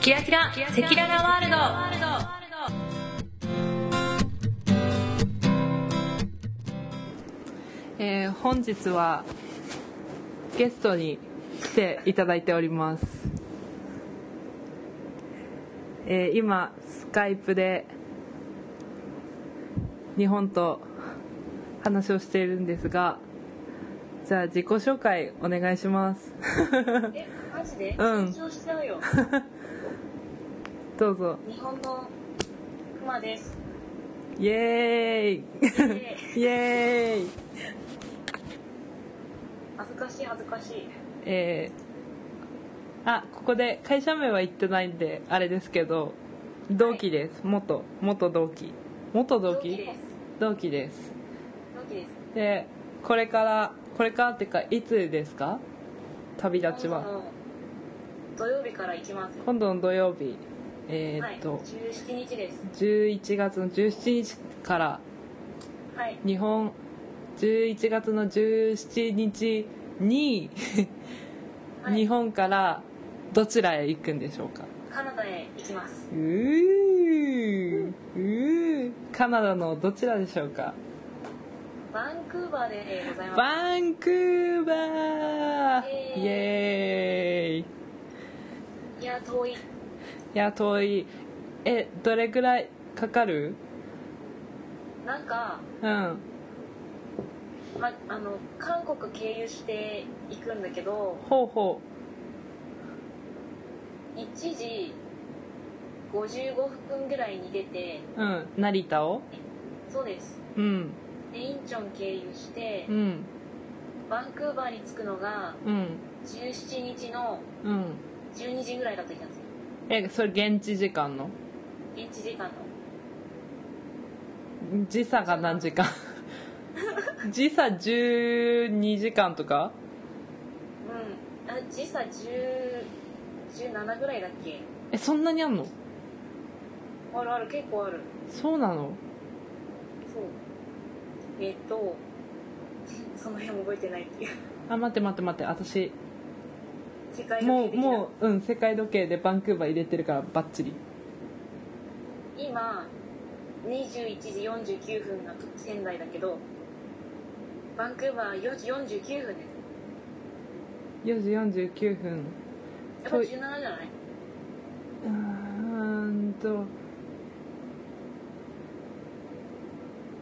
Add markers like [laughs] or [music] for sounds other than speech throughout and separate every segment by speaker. Speaker 1: キラキラ赤裸々ワールド
Speaker 2: えー本日はゲストに来ていただいております、えー今スカイプで日本と話をしているんですがじゃあ自己紹介お願いします
Speaker 3: え、マジで
Speaker 2: うん
Speaker 3: 緊張しちゃう
Speaker 2: [laughs]
Speaker 3: よ。
Speaker 2: どうぞ
Speaker 3: 日本のクマ
Speaker 2: [laughs]
Speaker 3: です。
Speaker 2: イエー
Speaker 3: で
Speaker 2: イイエーイ
Speaker 3: 恥ずかしい恥ずかしい。
Speaker 2: えーあここで会社名は言ってないんであれですけど同期です、元元同期元同
Speaker 3: 同期
Speaker 2: 期
Speaker 3: です
Speaker 2: 同期です
Speaker 3: 同期です。
Speaker 2: でこれからこれからっていうかいつですか旅立ち
Speaker 3: 今
Speaker 2: は
Speaker 3: 度の土曜日から行きます。
Speaker 2: 今度の土曜日えーっと、
Speaker 3: はい、17日です。
Speaker 2: 11月の17日から
Speaker 3: はい。
Speaker 2: 日本11月の17日に
Speaker 3: はい
Speaker 2: 日本からどちらへ行くんでしょうか
Speaker 3: カナダへ行きます。
Speaker 2: うーうーカナダのどちらでしょうか
Speaker 3: バンクーバーでございます。
Speaker 2: バンクーバーイ
Speaker 3: イ
Speaker 2: エーイい
Speaker 3: いや遠い。
Speaker 2: や遠いえどれぐらいかかる
Speaker 3: なんか。
Speaker 2: うん
Speaker 3: ま、あの韓国経由して行くんだけど
Speaker 2: ほうほ
Speaker 3: 1時55分ぐらいに出て
Speaker 2: ううん成田を
Speaker 3: そうです
Speaker 2: うん
Speaker 3: でインチョン経由して
Speaker 2: うん
Speaker 3: バンクーバーに着くのが
Speaker 2: うん
Speaker 3: 17日の
Speaker 2: うん
Speaker 3: 12時ぐらいだった気がする
Speaker 2: えそれ現地時間の
Speaker 3: 現地時間の
Speaker 2: 時差が何時間 [laughs] 時差12時間とか
Speaker 3: うんあ時差10 17ぐらいだっけ
Speaker 2: えそんなにあんの
Speaker 3: あるある結構ある
Speaker 2: そうなの
Speaker 3: そうえっとその辺覚えてないっていう
Speaker 2: あ待って待って待って私
Speaker 3: 世界
Speaker 2: も
Speaker 3: の
Speaker 2: うもううん世界時計でバンクーバー入れてるからバッチリ
Speaker 3: 今21時49分が仙台だけどバンクーバー4時49分です
Speaker 2: 4時49分
Speaker 3: やっぱ
Speaker 2: 遠い
Speaker 3: 17じゃないう
Speaker 2: ーんと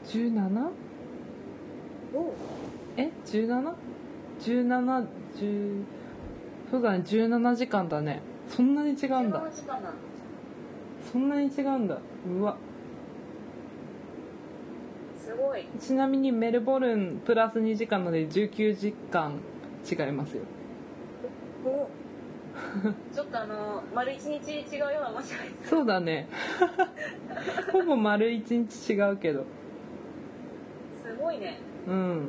Speaker 2: 17?
Speaker 3: お
Speaker 2: え 17?17 17 10そうだね17時間だねそんなに違うんだ
Speaker 3: 17時間だ
Speaker 2: そんなに違うんだうわ
Speaker 3: すごい
Speaker 2: ちなみにメルボルンプラス2時間なので19時間違いますよ
Speaker 3: お [laughs] ちょっとあの丸一日違うようなもんじゃないですか
Speaker 2: そうだね [laughs] ほぼ丸1日違うけど
Speaker 3: すごいね
Speaker 2: うん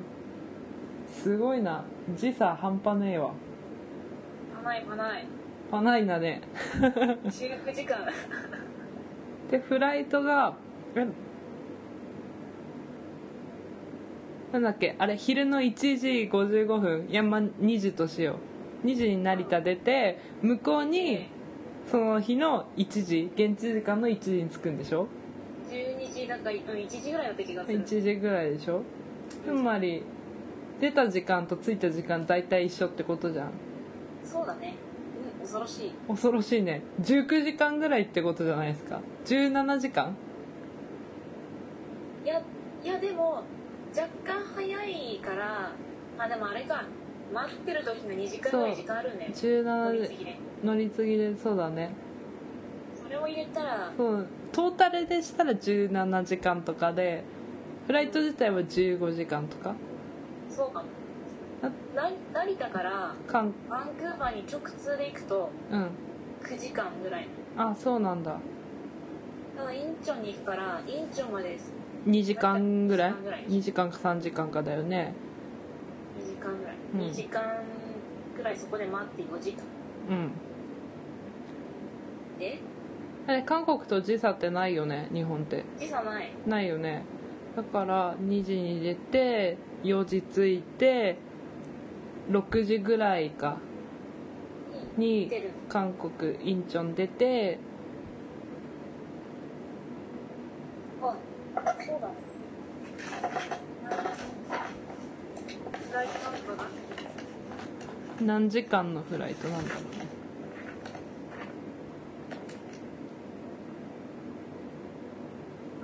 Speaker 2: すごいな時差半端ねえわ
Speaker 3: パないパない
Speaker 2: パないなね
Speaker 3: 19時間
Speaker 2: でフライトがえなんだっけあれ昼の1時55分いやまあ2時としよう2時に成田出て向こう [laughs] にその日の1時現地時間の1時に着くんでしょ
Speaker 3: 12時なんかうん1時ぐらいだった気がする
Speaker 2: 1時ぐらいでしょつまり出た時間と着いた時間大体一緒ってことじゃん
Speaker 3: そうだねうん恐ろしい
Speaker 2: 恐ろしいね19時間ぐらいってことじゃないですか17時間
Speaker 3: いやいやでも若干早いからあでもあれか待ってる時の2時間ぐらい時間あるね乗
Speaker 2: 17
Speaker 3: り継ぎで
Speaker 2: 乗り継ぎでそうだね
Speaker 3: それを入れたら
Speaker 2: そうトータルでしたら17時間とかでフライト自体は15時間とか
Speaker 3: そうかもな成田から
Speaker 2: かん
Speaker 3: バンクーバーに直通で行くと
Speaker 2: うん
Speaker 3: 9時間ぐらい
Speaker 2: あそうなんだ
Speaker 3: ただインチョンに行くからインチョンまでです
Speaker 2: 2時間ぐらい
Speaker 3: 2時間ぐらい
Speaker 2: 2時間か3時間かだよね
Speaker 3: 2時間ぐらい、
Speaker 2: うん
Speaker 3: 2時間ぐらいそこで待って4時間
Speaker 2: うん
Speaker 3: で
Speaker 2: あれ韓国と時差ってないよね日本って
Speaker 3: 時差ない
Speaker 2: ないよねだから2時に出て4時着いて6時ぐらいかに
Speaker 3: 出る
Speaker 2: 韓国インチョン出て
Speaker 3: あそうだフライトナンバーが
Speaker 2: 何時間のフライトなんだろうね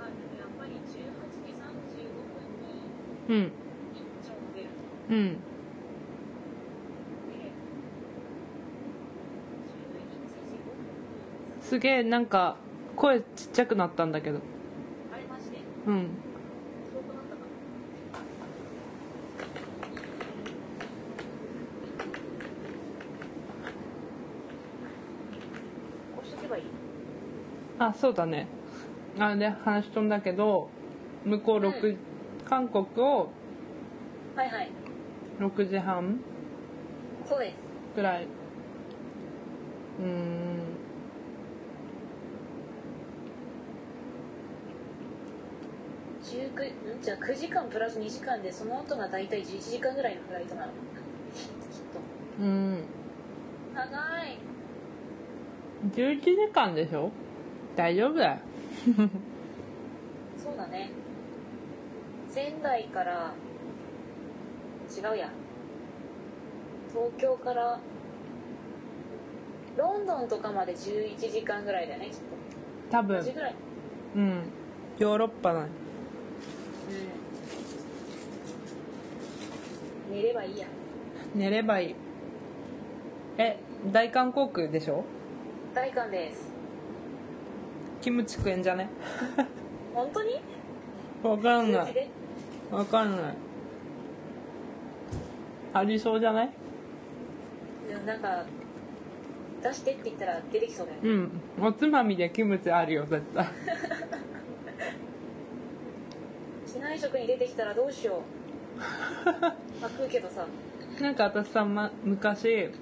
Speaker 3: あでもやっぱり18時35分に
Speaker 2: うん
Speaker 3: インチョン出るの
Speaker 2: うん
Speaker 3: で11時5分に
Speaker 2: すげえなんか声ちっちゃくなったんだけど
Speaker 3: あれマジで
Speaker 2: うん
Speaker 3: 遠くなったかなこうしとけばいい
Speaker 2: あそうだねあで話しとんだけど向こう6、
Speaker 3: うん
Speaker 2: 韓国を
Speaker 3: はいはい
Speaker 2: 6時半
Speaker 3: そうです
Speaker 2: くらいうーん
Speaker 3: 19んじゃあ9時間プラス2時間でその後が大体11時間ぐらいのフライトなのきっと
Speaker 2: うん
Speaker 3: 長い
Speaker 2: 11時間でしょ大丈夫だよ
Speaker 3: そうだね仙台から違うや東京からロンドンとかまで11時間ぐらいだよねきっ
Speaker 2: 多
Speaker 3: と5時
Speaker 2: 分
Speaker 3: ぐらい
Speaker 2: うんヨーロッパだね
Speaker 3: うん寝ればいいや
Speaker 2: 寝ればいいえ大韓航空でしょ
Speaker 3: 大韓です
Speaker 2: キムチ食えんじゃね
Speaker 3: 本当に
Speaker 2: わかんな
Speaker 3: 数字
Speaker 2: い
Speaker 3: で
Speaker 2: わかんないありそうじゃない
Speaker 3: でもなんか出してって言ったら出てきそうだよね
Speaker 2: うんおつまみでキムチあるよ絶対
Speaker 3: 機内食に出てきたらどうしよ
Speaker 2: [laughs]
Speaker 3: うまあ食うけどさ
Speaker 2: [laughs] なんか私さ、ま、昔
Speaker 3: う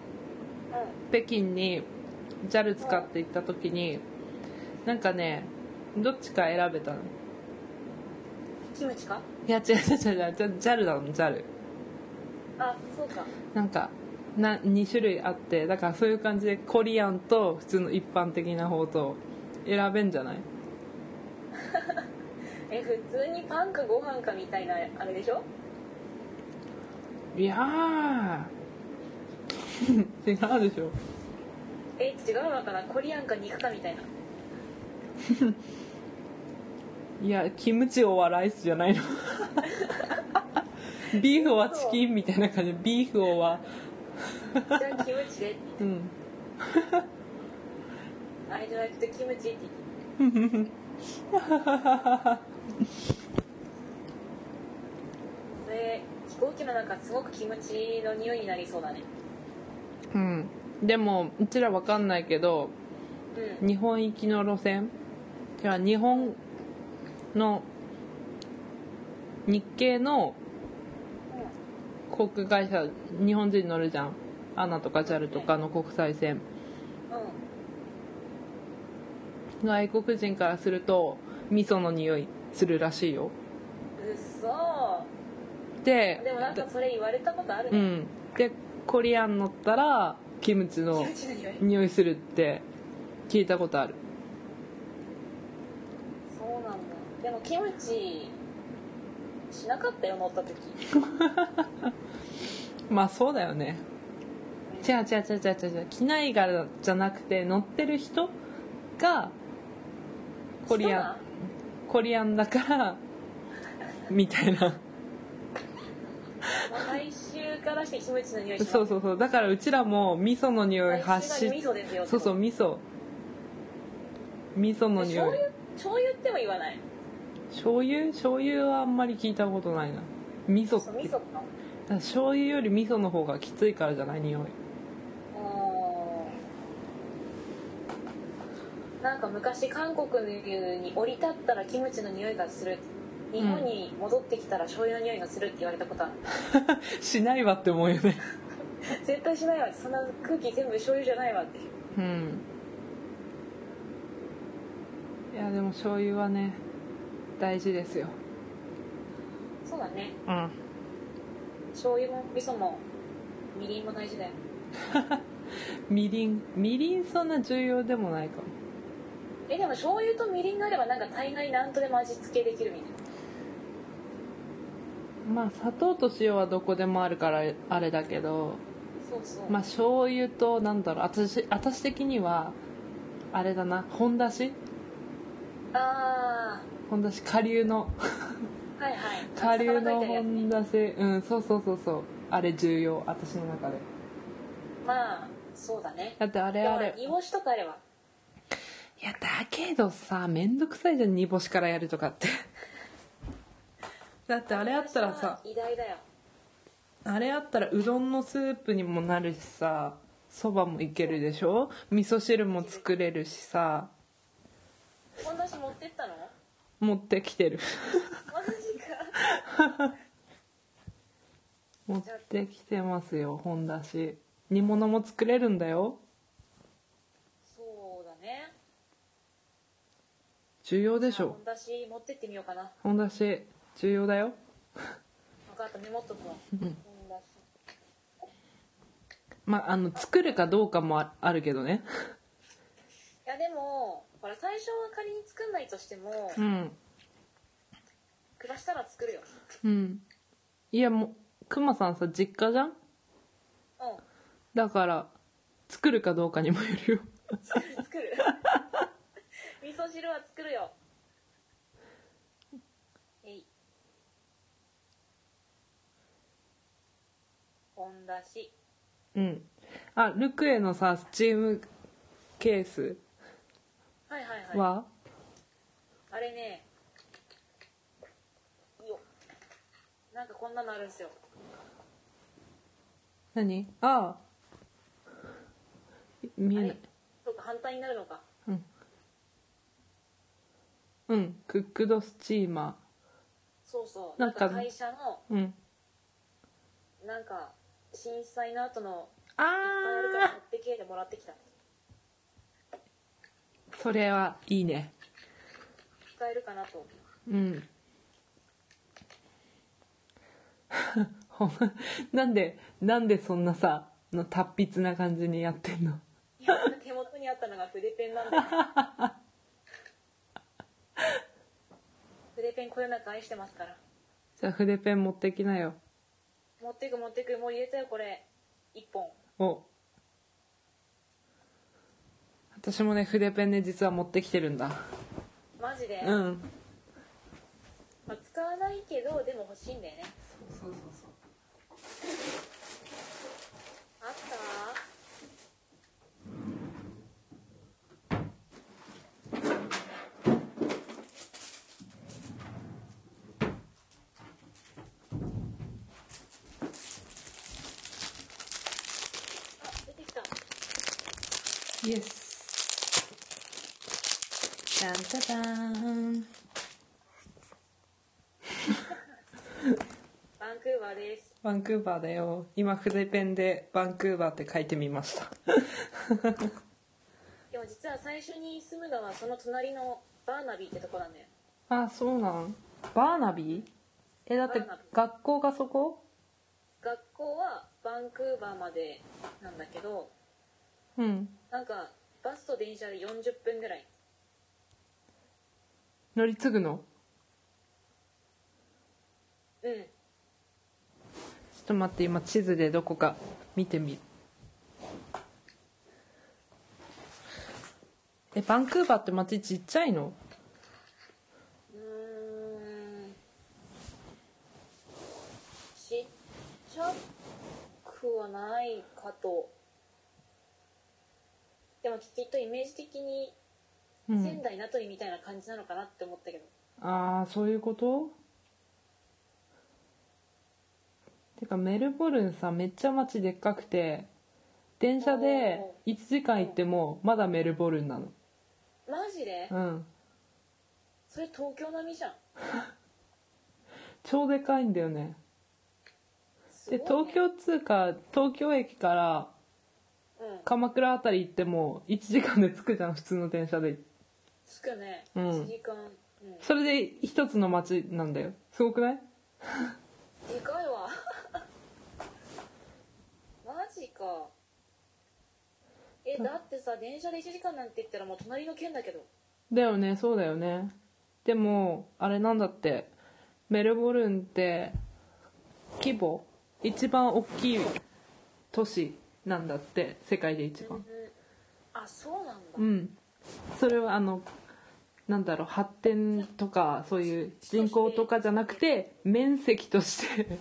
Speaker 2: 北京に JAL 使って行った時になんかねどっちか選べたの
Speaker 3: んキムチか
Speaker 2: いや違う違う違う違う JAL だもん JAL
Speaker 3: あそうか
Speaker 2: なんかな2種類あってだからそういう感じでコリアンと普通の一般的な方と選べんじゃない
Speaker 3: え普通にパンかご飯かみたいなあれでしょ
Speaker 2: いやー違うでしょ
Speaker 3: え違うのかなコリアンか肉かみ
Speaker 2: [laughs]
Speaker 3: たいない
Speaker 2: やキムチオはライスじゃない [laughs] のビーフはチキンみたいな感じでビーフオは
Speaker 3: じゃあキムチで
Speaker 2: うん
Speaker 3: あれじゃなくてキムチって言ってそれ飛行機の中すごくキムチの匂いになりそうだね
Speaker 2: うんでもうちらわかんないけど
Speaker 3: うん
Speaker 2: 日本行きの路線じゃあ日本の日系の航空会社日本人乗るじゃんアナとか JAL とかの国際線
Speaker 3: う
Speaker 2: 外国人からすると味噌の匂いするらしいよ
Speaker 3: んうっそ
Speaker 2: で
Speaker 3: でもなんかそれ言われたことある
Speaker 2: う
Speaker 3: ね、
Speaker 2: んでコリアン乗ったらキムチの
Speaker 3: キムチの匂い
Speaker 2: 匂いするって聞いたことある
Speaker 3: そうなんだでもキムチしなかったよ乗った時
Speaker 2: まあそうだよね違う違う違う違う違う機内からじゃなくて乗ってる人がコリアンコリアンだから [laughs] みたいな
Speaker 3: そうなん来週からしてキムチの匂いします
Speaker 2: そうそうそうだからうちらも味噌の匂い
Speaker 3: 来
Speaker 2: 発
Speaker 3: 週が
Speaker 2: し
Speaker 3: 味噌ですよ
Speaker 2: そうそう味噌味噌の
Speaker 3: 醤
Speaker 2: 匂い
Speaker 3: 油醤油っても言わない
Speaker 2: 醤油醤油はあんまり聞いたことないな味噌
Speaker 3: そう
Speaker 2: っ
Speaker 3: 味
Speaker 2: てだ
Speaker 3: 噌か
Speaker 2: から醤油より味噌の方がきついからじゃない匂い
Speaker 3: うんなんか昔韓国に降り立ったらキムチの匂いがする日本に戻ってきたら醤油の匂いがするって言われたこ
Speaker 2: [laughs]
Speaker 3: とある、
Speaker 2: しないわって思うよね
Speaker 3: 絶対しないわそんな空気全部醤油じゃないわって
Speaker 2: うんいやでも醤油はね大事ですよ
Speaker 3: そうだね
Speaker 2: うん
Speaker 3: 醤油も味噌もみりんも大事だよ
Speaker 2: みりんみりんそんな重要でもないかも
Speaker 3: えでも醤油とみりんがあればなんか大概なんとでも味付けできるみたいな
Speaker 2: まあ砂糖と塩はどこでもあるからあれだけど
Speaker 3: そうそう、
Speaker 2: まあ醤油となんだろう私私的にはあれだな本だし
Speaker 3: あ
Speaker 2: 本だし顆粒の
Speaker 3: あはいはい
Speaker 2: 顆粒の
Speaker 3: 魚炊い
Speaker 2: 本
Speaker 3: たや
Speaker 2: だしうんそうそうそうそうあれ重要私の中で
Speaker 3: つねまあそうだね
Speaker 2: だってあ
Speaker 3: で
Speaker 2: れあ
Speaker 3: も
Speaker 2: れ
Speaker 3: 煮干しとかあれば
Speaker 2: いやだけどさめんどくさいじゃん煮干しからやるとかってだってあれあったらさ
Speaker 3: 煮干しは偉大だよ
Speaker 2: あれあったらうどんのスープにもなるしさそばもいけるでしょ味噌汁も作れるしさ
Speaker 3: 本だし持ってったの
Speaker 2: 持ってきてる
Speaker 3: マジか
Speaker 2: 持ってきてますよ本だし煮物も作れるんだよ
Speaker 3: そうだね
Speaker 2: 重要でしょ
Speaker 3: 本だし持ってってみようかな
Speaker 2: 本だし重要だよ
Speaker 3: 分かったメモっとくわ本だし
Speaker 2: まああの作るかどうかもああるけどね
Speaker 3: いやでもほら最初は仮に作んないとしても
Speaker 2: うん
Speaker 3: 暮らしたら作るよ
Speaker 2: うんいやもうくまさんさ実家じゃん
Speaker 3: う
Speaker 2: だから作るかどうかにもよるよ
Speaker 3: ん作る作る [laughs] 味噌汁は作るよえい本だし
Speaker 2: うんあルクエのさスチームケース
Speaker 3: はいはいはい
Speaker 2: は、
Speaker 3: あれねよっなんかこんなのあるんですよ
Speaker 2: 何ああ見
Speaker 3: あ
Speaker 2: えない
Speaker 3: れそうか反対になるのか
Speaker 2: うんうんクックドスチーマ
Speaker 3: そうそう
Speaker 2: な
Speaker 3: なんん
Speaker 2: か
Speaker 3: か会社の
Speaker 2: ーうん
Speaker 3: なんか震災の後の
Speaker 2: あ
Speaker 3: いっぱいあるから持ってきてもらってきた
Speaker 2: ーそれはいいね
Speaker 3: 使えるかなと
Speaker 2: うん [laughs] ほんなんでなんでそんなさの達筆な感じにやってんの
Speaker 3: いや手元にあったのが筆ペ
Speaker 2: [laughs]
Speaker 3: ンなんだよ筆ペンこよなく愛してますから
Speaker 2: じゃあ筆ペン持ってきなよ
Speaker 3: 持ってく持ってくもう入れたよこれ1本
Speaker 2: お私もね筆ペンね実は持ってきてるんだ
Speaker 3: マジで、
Speaker 2: うん
Speaker 3: まあ、使わないけどでも欲しいんだよね
Speaker 2: そうそうそう
Speaker 3: あったあ出てきた
Speaker 2: イエスタンタタン
Speaker 3: バンクーバーです
Speaker 2: バンクーバーだよ今筆ペンでバンクーバーって書いてみました
Speaker 3: でも実は最初に住むのはその隣のバーナビーってとこなんだよ
Speaker 2: あそうなんバーナビーえだって
Speaker 3: バーナビー
Speaker 2: 学校がそこ
Speaker 3: 学校はバンクーバーまでなんだけど
Speaker 2: うん
Speaker 3: なんかバスと電車で40分ぐらい
Speaker 2: 乗り継ぐの
Speaker 3: うん
Speaker 2: ちょっと待って今地図でどこか見てみるえバンクーバーって街ちっちゃいの
Speaker 3: うーんちっちゃくはないかとでもきっとイメージ的に
Speaker 2: うん
Speaker 3: 仙台名取みたいな感じなのかなって思ったけど、
Speaker 2: ああそういうことてかメルボルンさめっちゃ街でっかくて電車で1時間行ってもまだメルボルンなの
Speaker 3: マジで
Speaker 2: うん
Speaker 3: それ東京並みじゃん
Speaker 2: 超でかいんだよね
Speaker 3: すご
Speaker 2: で
Speaker 3: い、ね、
Speaker 2: 東京通過東京駅から
Speaker 3: うん
Speaker 2: 鎌倉あたり行っても1時間で着くじゃん普通の電車で
Speaker 3: つくね、
Speaker 2: うん
Speaker 3: 1時間、うん、
Speaker 2: それで一つの街なんだよすごくない
Speaker 3: [laughs] でかいわマジかえだってさ電車で1時間なんて言ったらもう隣の県だけど
Speaker 2: だよねそうだよねでもあれなんだってメルボルンって規模一番大きい都市なんだって世界で一番
Speaker 3: あそうなんだ、
Speaker 2: うんそれはあのなんだろう発展とかそういう人口とかじゃなくて面積として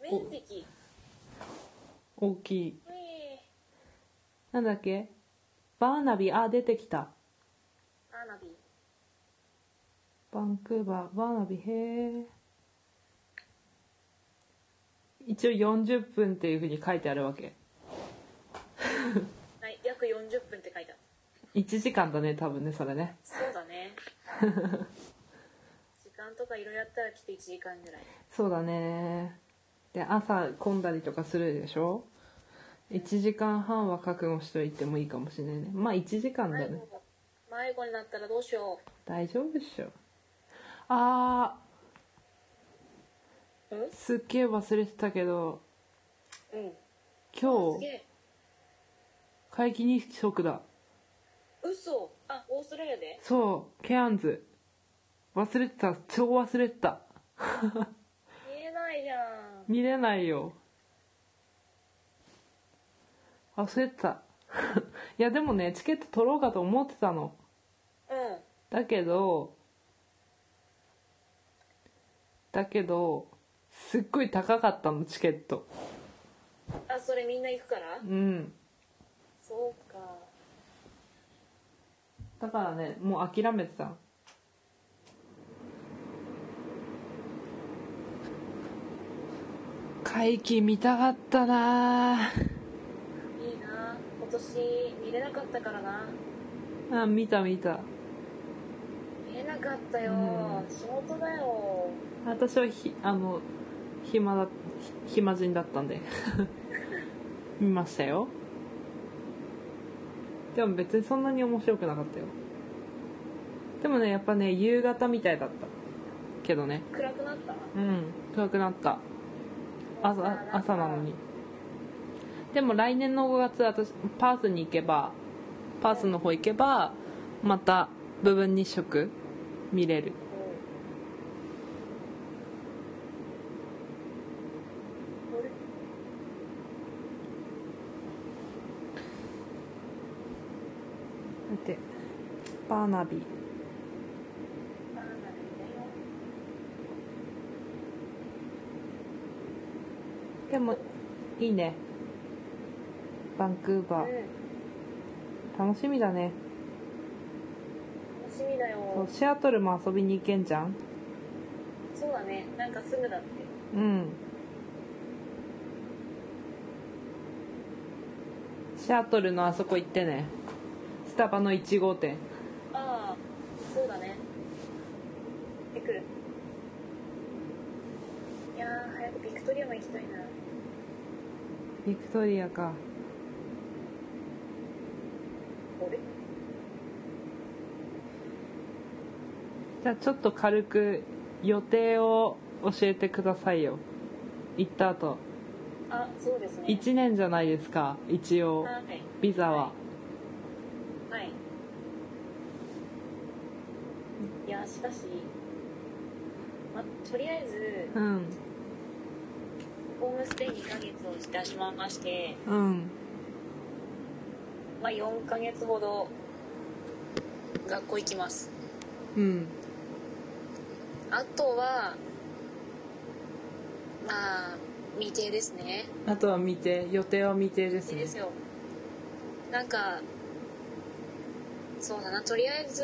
Speaker 2: [laughs]
Speaker 3: 面積
Speaker 2: 大きい
Speaker 3: ええ
Speaker 2: なんだっけバーナビーあ出てきた
Speaker 3: アナビ
Speaker 2: バンクーバーバーナビーへえ一応40分っていうふうに書いてあるわけ
Speaker 3: はい約40分って書いてある
Speaker 2: 1時間だね多分ねそれね
Speaker 3: そうだ
Speaker 2: [laughs]
Speaker 3: ね時間とかいろいろやったら来て1時間ぐらい
Speaker 2: そうだねで朝混んだりとかするでしょ1時間半は覚悟しといてもいいかもしれないねまあ1時間だ
Speaker 3: 迷
Speaker 2: よね
Speaker 3: 子迷子になったらどうしよ
Speaker 2: 大丈夫っしょあ
Speaker 3: ううん
Speaker 2: ーすっげえ忘れてたけど
Speaker 3: うん
Speaker 2: 今
Speaker 3: す
Speaker 2: 日
Speaker 3: げえ
Speaker 2: 皆既日食だ
Speaker 3: 嘘あオーストラリアで
Speaker 2: そうケアンズ忘れてた超忘れてた
Speaker 3: 見えないじゃん
Speaker 2: 見れないよ忘れてた [laughs] いやでもねチケット取ろうかと思ってたの
Speaker 3: うん
Speaker 2: だけどだけどすっごい高かったのチケット
Speaker 3: あそれみんな行くから
Speaker 2: うん
Speaker 3: そうか
Speaker 2: だからねもう諦めてた会期見たかったない
Speaker 3: いな今年見れなかったからな
Speaker 2: あ見た見た
Speaker 3: 見れなかったよ、
Speaker 2: う
Speaker 3: 仕事だよ
Speaker 2: 私はひあの暇だひ暇人だったんで [laughs] 見ましたよでも別にそんなに面白くなかったよでもねやっぱね夕方みたいだったけどね
Speaker 3: 暗くなった
Speaker 2: うん暗くなった朝朝なのにでも来年の5月私パースに行けばパースの方行けばまた部分日食見れる
Speaker 3: うんあれ
Speaker 2: だってバーナビー
Speaker 3: バナナだよ
Speaker 2: でもいいねバンクーバー
Speaker 3: う
Speaker 2: 楽しみだね
Speaker 3: ん楽しみだ
Speaker 2: そ
Speaker 3: よ
Speaker 2: うシアトルも遊びに行けんじゃん
Speaker 3: そうだねなんかすぐだって
Speaker 2: うんシアトルのあそこ行ってねスタバの1号店
Speaker 3: ああそうだね行ってくるいやー早くビクトリアも行きたいな
Speaker 2: ビクトリアか
Speaker 3: あれ
Speaker 2: じゃあちょっと軽く予定を教えてくださいよ行った後
Speaker 3: あそうですね
Speaker 2: 1年じゃないですか一応
Speaker 3: はい
Speaker 2: ビザは
Speaker 3: はいいやしかし、ま、とりあえず
Speaker 2: うん
Speaker 3: ホームステイ2ヶ月をしてしまいまして、
Speaker 2: うん
Speaker 3: まあ、4ヶ月ほど学校行きます
Speaker 2: うん
Speaker 3: あとはまあ未定ですね
Speaker 2: あとは見て予定は未定です
Speaker 3: いい
Speaker 2: ね
Speaker 3: ですよなんかそうだなとりあえず、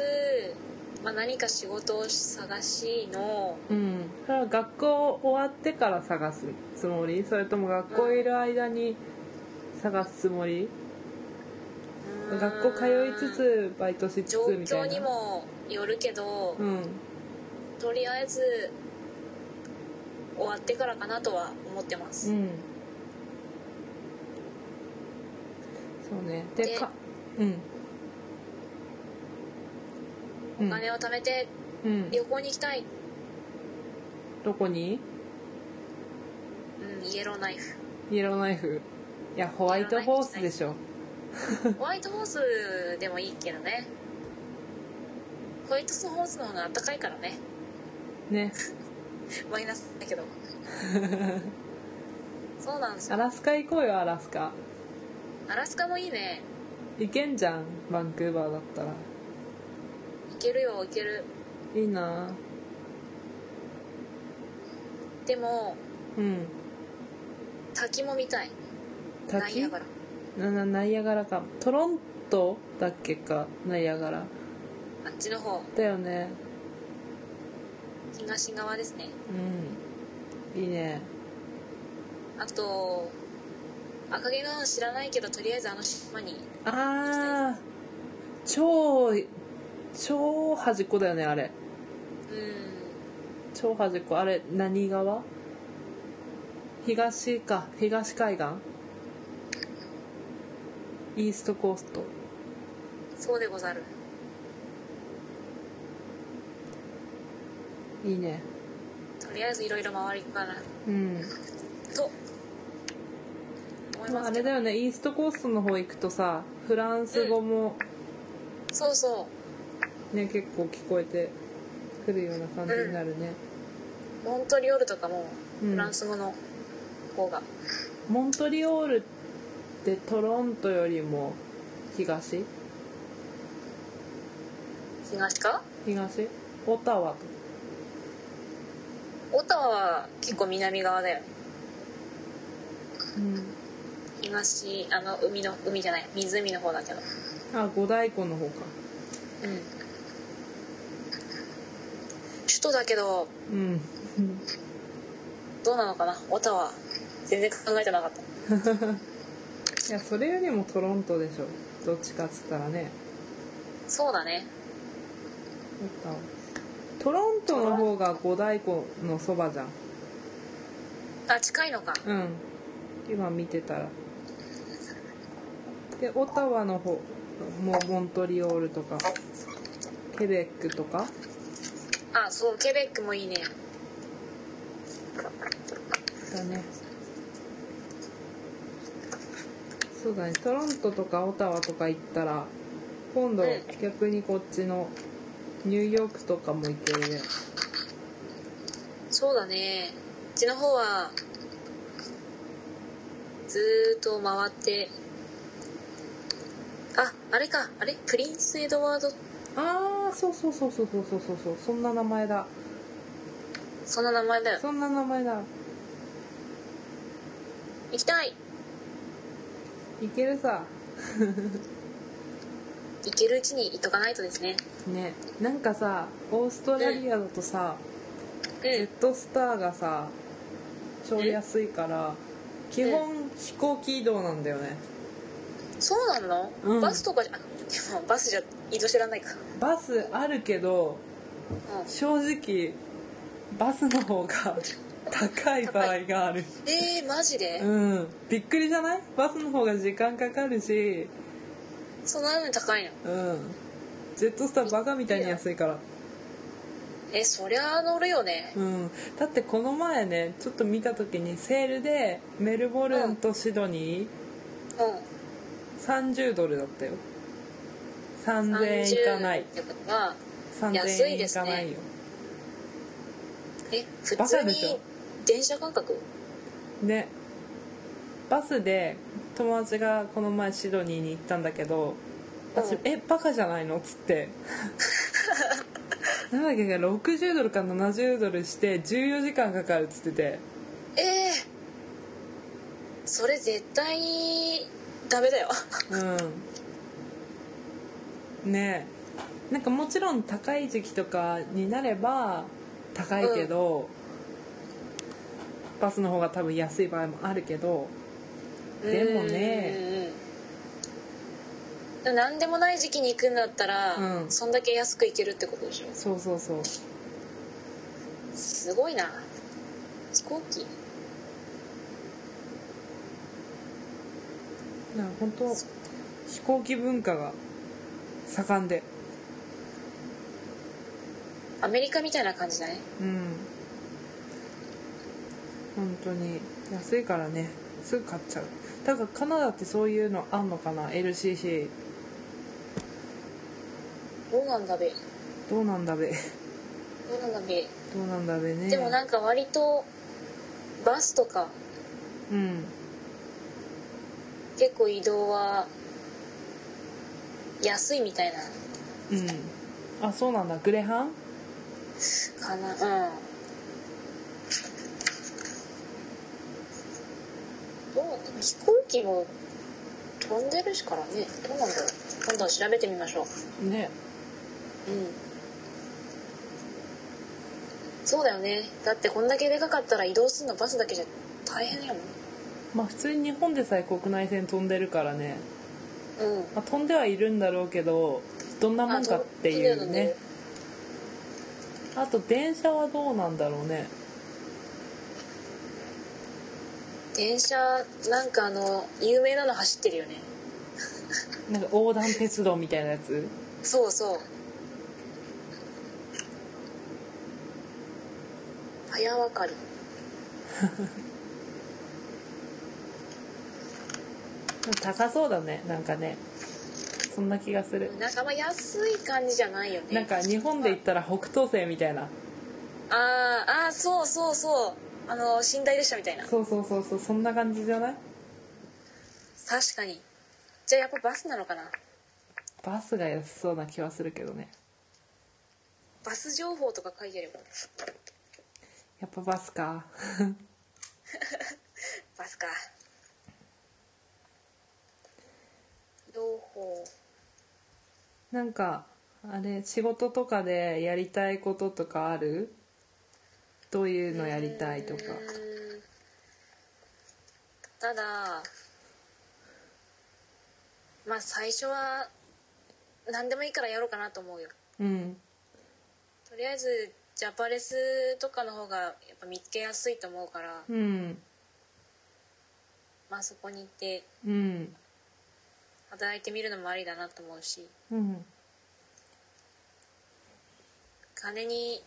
Speaker 3: まあ、何か仕事を探しの
Speaker 2: うんそれは学校終わってから探すつもりそれとも学校いる間に探すつもり、
Speaker 3: うーん
Speaker 2: 学校通いつつバイトしつ
Speaker 3: 状
Speaker 2: つみた
Speaker 3: 況
Speaker 2: い
Speaker 3: に
Speaker 2: な
Speaker 3: もよるけど、
Speaker 2: うん
Speaker 3: とりあえず終わってからかなとは思ってま
Speaker 2: う
Speaker 3: す、
Speaker 2: んそうねで
Speaker 3: で
Speaker 2: かうんう
Speaker 3: お
Speaker 2: ん
Speaker 3: 金を貯めて
Speaker 2: うん
Speaker 3: 旅行に行きたい、
Speaker 2: どこに
Speaker 3: うん、イエローナイフ
Speaker 2: イエローナイフいやホワイトホースでしょ
Speaker 3: ホワイトホースでもいいけどねホワイトホースの方が暖かいからね
Speaker 2: ね
Speaker 3: マイナスだけどそうなんです
Speaker 2: ア
Speaker 3: よ
Speaker 2: ラスカ行こうよアラスカ
Speaker 3: アラスカもいいね
Speaker 2: 行けんじゃんバンクーバーだったら
Speaker 3: 行けるよ行ける
Speaker 2: いいな
Speaker 3: でも
Speaker 2: うん
Speaker 3: 滝も見たいナイ
Speaker 2: 滝
Speaker 3: アガラ
Speaker 2: ななナイアガラかトロントだっけかナイアガラ
Speaker 3: あっちの方
Speaker 2: だよね
Speaker 3: 東側ですね
Speaker 2: うんいいね
Speaker 3: あと赤毛なの知らないけどとりあえずあの島に
Speaker 2: あー超超端っこだよねあれ
Speaker 3: うん
Speaker 2: 超端っこあれ何側東か東海岸イーストコースト
Speaker 3: そうでござる
Speaker 2: いいね
Speaker 3: とりあえずいろいろ回りくかな
Speaker 2: うん
Speaker 3: と思い
Speaker 2: ま
Speaker 3: ま
Speaker 2: あ
Speaker 3: す
Speaker 2: あ
Speaker 3: け
Speaker 2: れ
Speaker 3: ど
Speaker 2: だよねイーストコーストの方行くとさフランス語も
Speaker 3: そうそ
Speaker 2: ね結構聞こえてくるような感じになるね、
Speaker 3: うモントリオールとかも
Speaker 2: うん
Speaker 3: フランス語の方が、
Speaker 2: モントリオールってトロントよりも東
Speaker 3: 東か
Speaker 2: 東オタワと
Speaker 3: オタワは結構南側だよ
Speaker 2: うん
Speaker 3: 東あの海の海じゃない湖の方だけど
Speaker 2: あ五大湖の方か
Speaker 3: うん首都だけど
Speaker 2: うん
Speaker 3: どうなのかなオタワ全然考えてなかった
Speaker 2: [laughs] いやそれよりもトロントでしょどっちかっつったらね
Speaker 3: そうだね
Speaker 2: オタワトロントの方が五大湖のそばじゃん
Speaker 3: あ近いのか
Speaker 2: うん今見てたらでオタワの方もモントリオールとかケベックとか
Speaker 3: あそうケベックもいいね
Speaker 2: だねそうだねトロントとかオタワとか行ったら今度
Speaker 3: うん
Speaker 2: 逆にこっちのニューヨークとかも行けるね
Speaker 3: そうだねうちの方はずーっと回ってああれかあれプリンス・エドワード
Speaker 2: ああそうそうそうそうそうそうそうそうそんな名前だ
Speaker 3: その名前だよ
Speaker 2: そんな名前だ
Speaker 3: 行きたい
Speaker 2: 行けるさ
Speaker 3: 行けるうちに行っとかないとですね
Speaker 2: ねなんかさオーストラリアだとさ、ジェットスターがさ超安いから基本飛行機移動なんだよね
Speaker 3: そうなの、
Speaker 2: うん
Speaker 3: バスとかじゃあでもバスじゃ移動知らないか
Speaker 2: バスあるけど
Speaker 3: う
Speaker 2: 正直バスの方が高い場合がある
Speaker 3: んえー、マジで、
Speaker 2: うんびっくりじゃないバスの方が時間かかるし
Speaker 3: そんなのに高いの
Speaker 2: うんジェットスターバカみたいに安いから
Speaker 3: えそりゃ乗るよね
Speaker 2: うんだってこの前ねちょっと見た時にセールでメルボルンとシドニー
Speaker 3: う
Speaker 2: 30ドルだったよ
Speaker 3: ん
Speaker 2: 3000円いかない
Speaker 3: ってことは
Speaker 2: 3000
Speaker 3: 安い
Speaker 2: 円
Speaker 3: で
Speaker 2: い
Speaker 3: す
Speaker 2: か
Speaker 3: ね
Speaker 2: ないよ
Speaker 3: え普
Speaker 2: バ
Speaker 3: 通
Speaker 2: カ
Speaker 3: に
Speaker 2: でしょ
Speaker 3: 電車感覚
Speaker 2: ねバスで友達がこの前シドニーに行ったんだけど私
Speaker 3: うん
Speaker 2: 「えバカじゃないの?」っつって
Speaker 3: [laughs]
Speaker 2: なんだっけな60ドルか70ドルして14時間かかるっつってて
Speaker 3: ええそれ絶対ダメだよ
Speaker 2: うんねえなんかもちろん高い時期とかになれば高いけど、バスの方が多分安い場合もあるけど [laughs] でもね
Speaker 3: うんうんうんでも何でもない時期に行くんだったら、
Speaker 2: うん
Speaker 3: そんだけ安く行けるってことでしょ
Speaker 2: そうそうそう
Speaker 3: すごいな飛行機
Speaker 2: なんか本当飛行機文化が盛んで
Speaker 3: アメリカみたいな感じだね
Speaker 2: うん本当に安いからねすぐ買っちゃうだからカナダってそういうのあんのかな LCC
Speaker 3: どうなんだべ
Speaker 2: どうなんだべ [laughs]
Speaker 3: どうなんだべ、
Speaker 2: どうなんだべね
Speaker 3: でもなんか割とバスとか
Speaker 2: うん
Speaker 3: 結構移動は安いみたいな
Speaker 2: うんあそうなんだグレハン
Speaker 3: かなうんどう飛行機も飛んでるしからねどうなんだろう今度調べてみましょう
Speaker 2: ね
Speaker 3: うんそうだよねだってこんだけでかかったら移動するのバスだけじゃ大変やもん
Speaker 2: まあ普通に日本でさえ国内線飛んでるからね、
Speaker 3: うん
Speaker 2: まあ、飛んではいるんだろうけどどんなもんかっていうねあと電車はどうなんだろうね
Speaker 3: 電車なんかあの有名なの走ってるよね
Speaker 2: なんか横断鉄道みたいなやつ
Speaker 3: そうそう早わかり
Speaker 2: 高そうだねなんかねそんな気がする
Speaker 3: なんかあんま安い感じじゃないよね
Speaker 2: なんか日本で言ったら北東星みたいな
Speaker 3: あーあーそうそうそうあの寝台列車みたいな
Speaker 2: そうそうそうそうそんな感じじゃない
Speaker 3: 確かにじゃあやっぱバスなのかな
Speaker 2: バスが安そうな気はするけどね
Speaker 3: バス情報とか書いてれば
Speaker 2: やっぱバスか
Speaker 3: バスか情報
Speaker 2: なんかあれ仕事とかでやりたいこととかあるどういうのやりたいとか
Speaker 3: うーんただまあ最初は何でもいいからやろうかなと思うよ
Speaker 2: うん
Speaker 3: とりあえずジャパレスとかの方がやっぱ見つけやすいと思うから、
Speaker 2: うん
Speaker 3: まあそこに行って
Speaker 2: うん
Speaker 3: 働いてみるのもありだなと思うし
Speaker 2: うん
Speaker 3: 金に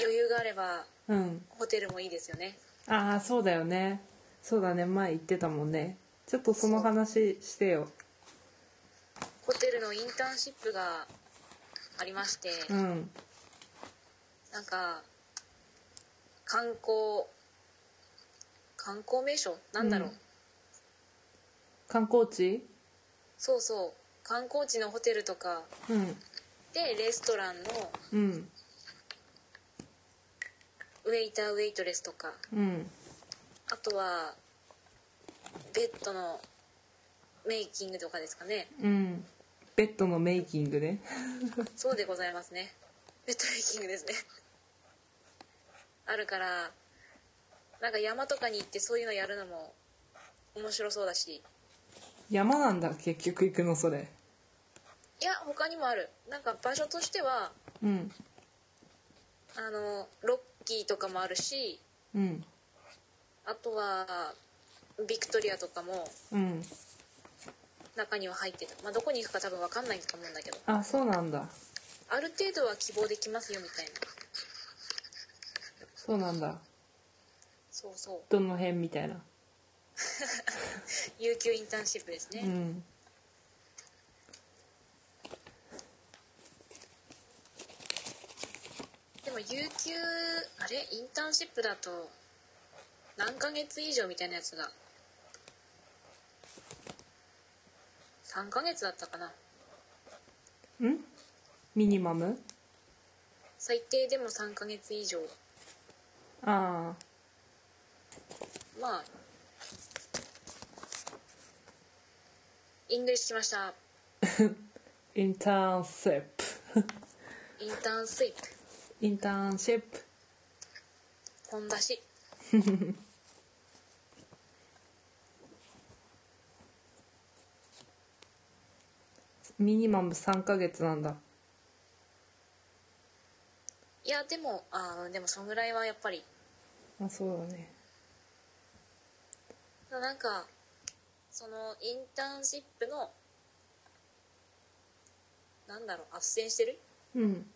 Speaker 3: 余裕があれば
Speaker 2: うん
Speaker 3: ホテルもいいですよね
Speaker 2: ああそうだよねそうだね前言ってたもんねちょっとその話してよ
Speaker 3: ホテルのインターンシップがありまして、
Speaker 2: うん
Speaker 3: なんか観光観光名所なんだろう、
Speaker 2: うん観光地
Speaker 3: そうそう観光地のホテルとか
Speaker 2: うん
Speaker 3: でレストランの
Speaker 2: うん
Speaker 3: ウェイターウェイトレスとか
Speaker 2: うん
Speaker 3: あとはベッドのメイキングとかですかね
Speaker 2: うんベッドのメイキングね
Speaker 3: そうでございますねベッドメイキングですねあるからなんか山とかに行ってそういうのやるのも面白そうだし
Speaker 2: 山なんだ結局行くのそれ
Speaker 3: いや他にもあるなんか場所としては
Speaker 2: うん
Speaker 3: あのロッキーとかもあるし
Speaker 2: うん
Speaker 3: あとはビクトリアとかも
Speaker 2: うん
Speaker 3: 中には入ってた、まあ、どこに行くか多分分かんないと思うんだけど
Speaker 2: あそうなんだ
Speaker 3: ある程度は希望できますよみたいな
Speaker 2: そうなんだ
Speaker 3: そうそう
Speaker 2: どの辺みたいな
Speaker 3: 有給インターンシップですね、
Speaker 2: うん
Speaker 3: でも有給あれインターンシップだと何ヶ月以上みたいなやつが3ヶ月だったかなん
Speaker 2: ミニマム
Speaker 3: 最低でも3ヶ月以上
Speaker 2: ああ
Speaker 3: まあイングリッシュしました
Speaker 2: インターンシップ
Speaker 3: インターンスイップ
Speaker 2: インターンシップ
Speaker 3: 本出し
Speaker 2: ミニマム3ヶ月なんだ
Speaker 3: いやでもあーでもそんぐらいはやっぱり
Speaker 2: あそうだね
Speaker 3: なんかそのインターンシップのなんだろう斡旋してる
Speaker 2: うん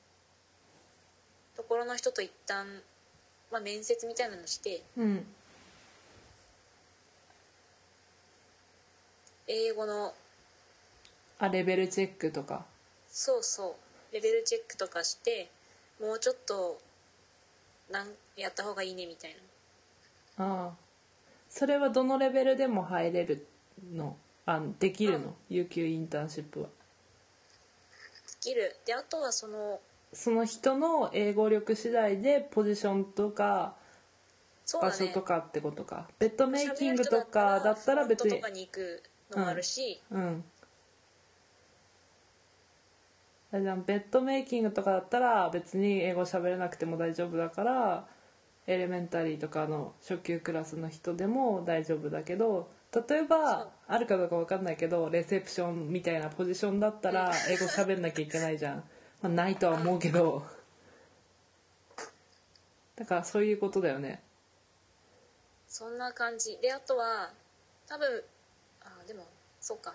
Speaker 3: ところの人と一旦、まあ、面接みたいなのして
Speaker 2: うん
Speaker 3: 英語の
Speaker 2: あレベルチェックとか
Speaker 3: そうそうレベルチェックとかしてもうちょっとなんやった方がいいねみたいな
Speaker 2: ああそれはどのレベルでも入れるのあできるの、
Speaker 3: うん
Speaker 2: 有給インターンシップは
Speaker 3: ギルであとはその
Speaker 2: その人の英語力次第でポジションとか
Speaker 3: そう
Speaker 2: 場
Speaker 3: だ
Speaker 2: 所
Speaker 3: ね
Speaker 2: とかってことか、ベッドメイキングと
Speaker 3: 喋
Speaker 2: か
Speaker 3: る人
Speaker 2: だったら別
Speaker 3: フロン
Speaker 2: に
Speaker 3: トとかに行くのもあるし、
Speaker 2: うんあれじゃんベッドメイキングとかだったら別に英語喋れなくても大丈夫だからエレメンタリーとかの初級クラスの人でも大丈夫だけど例え
Speaker 3: そう
Speaker 2: ばあるかどうか分かんないけどレセプションみたいなポジションだったら英語喋んなきゃいけないじゃん、まあ、ないとは思うけどだからそういうことだよね
Speaker 3: そんな感じであとは多分あでもそうか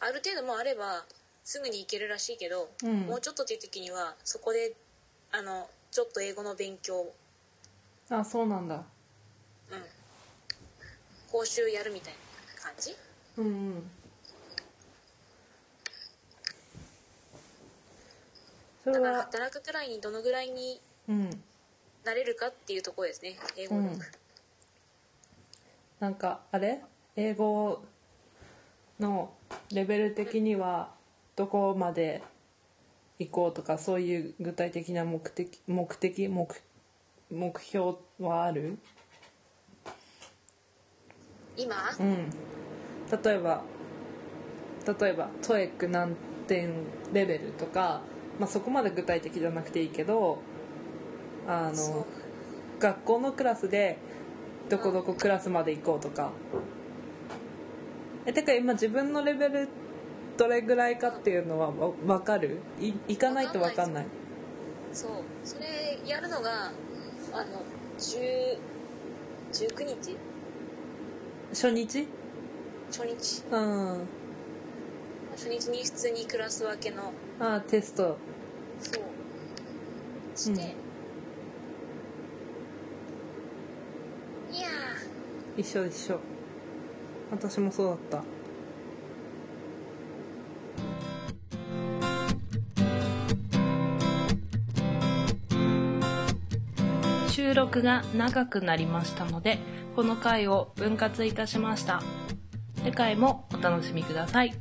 Speaker 3: ある程度もうあればすぐに行けるらしいけど、
Speaker 2: うん
Speaker 3: もうちょっとっていう時にはそこであのちょっと英語の勉強、うん、
Speaker 2: あそうなんだ
Speaker 3: 講習やるみたいな感じ
Speaker 2: うんうんそれ
Speaker 3: だから
Speaker 2: は
Speaker 3: 働くくらいにどのぐらいに
Speaker 2: うん
Speaker 3: なれるかっていうところですね英
Speaker 2: う
Speaker 3: 語力、
Speaker 2: んなんかあれ英語のレベル的にはどこまで行こうとかそういう具体的な目的目的目目標はある
Speaker 3: 今、
Speaker 2: うん例えば例えば TOEIC 何点レベルとか、まあ、そこまで具体的じゃなくていいけどあ
Speaker 3: そう
Speaker 2: の学校のクラスでどこどこクラスまで行こうとかえてか今自分のレベルどれぐらいかっていうのはわ分かるい行かないと分かんない
Speaker 3: そうそれやるのがあの10 19日
Speaker 2: 初日
Speaker 3: 初日
Speaker 2: うん
Speaker 3: 初日に普通にクラス分けの
Speaker 2: ああテスト
Speaker 3: そうして、いや
Speaker 2: 一緒一緒私もそうだった収録が長くなりましたのでこの回を分割いたしました次回もお楽しみください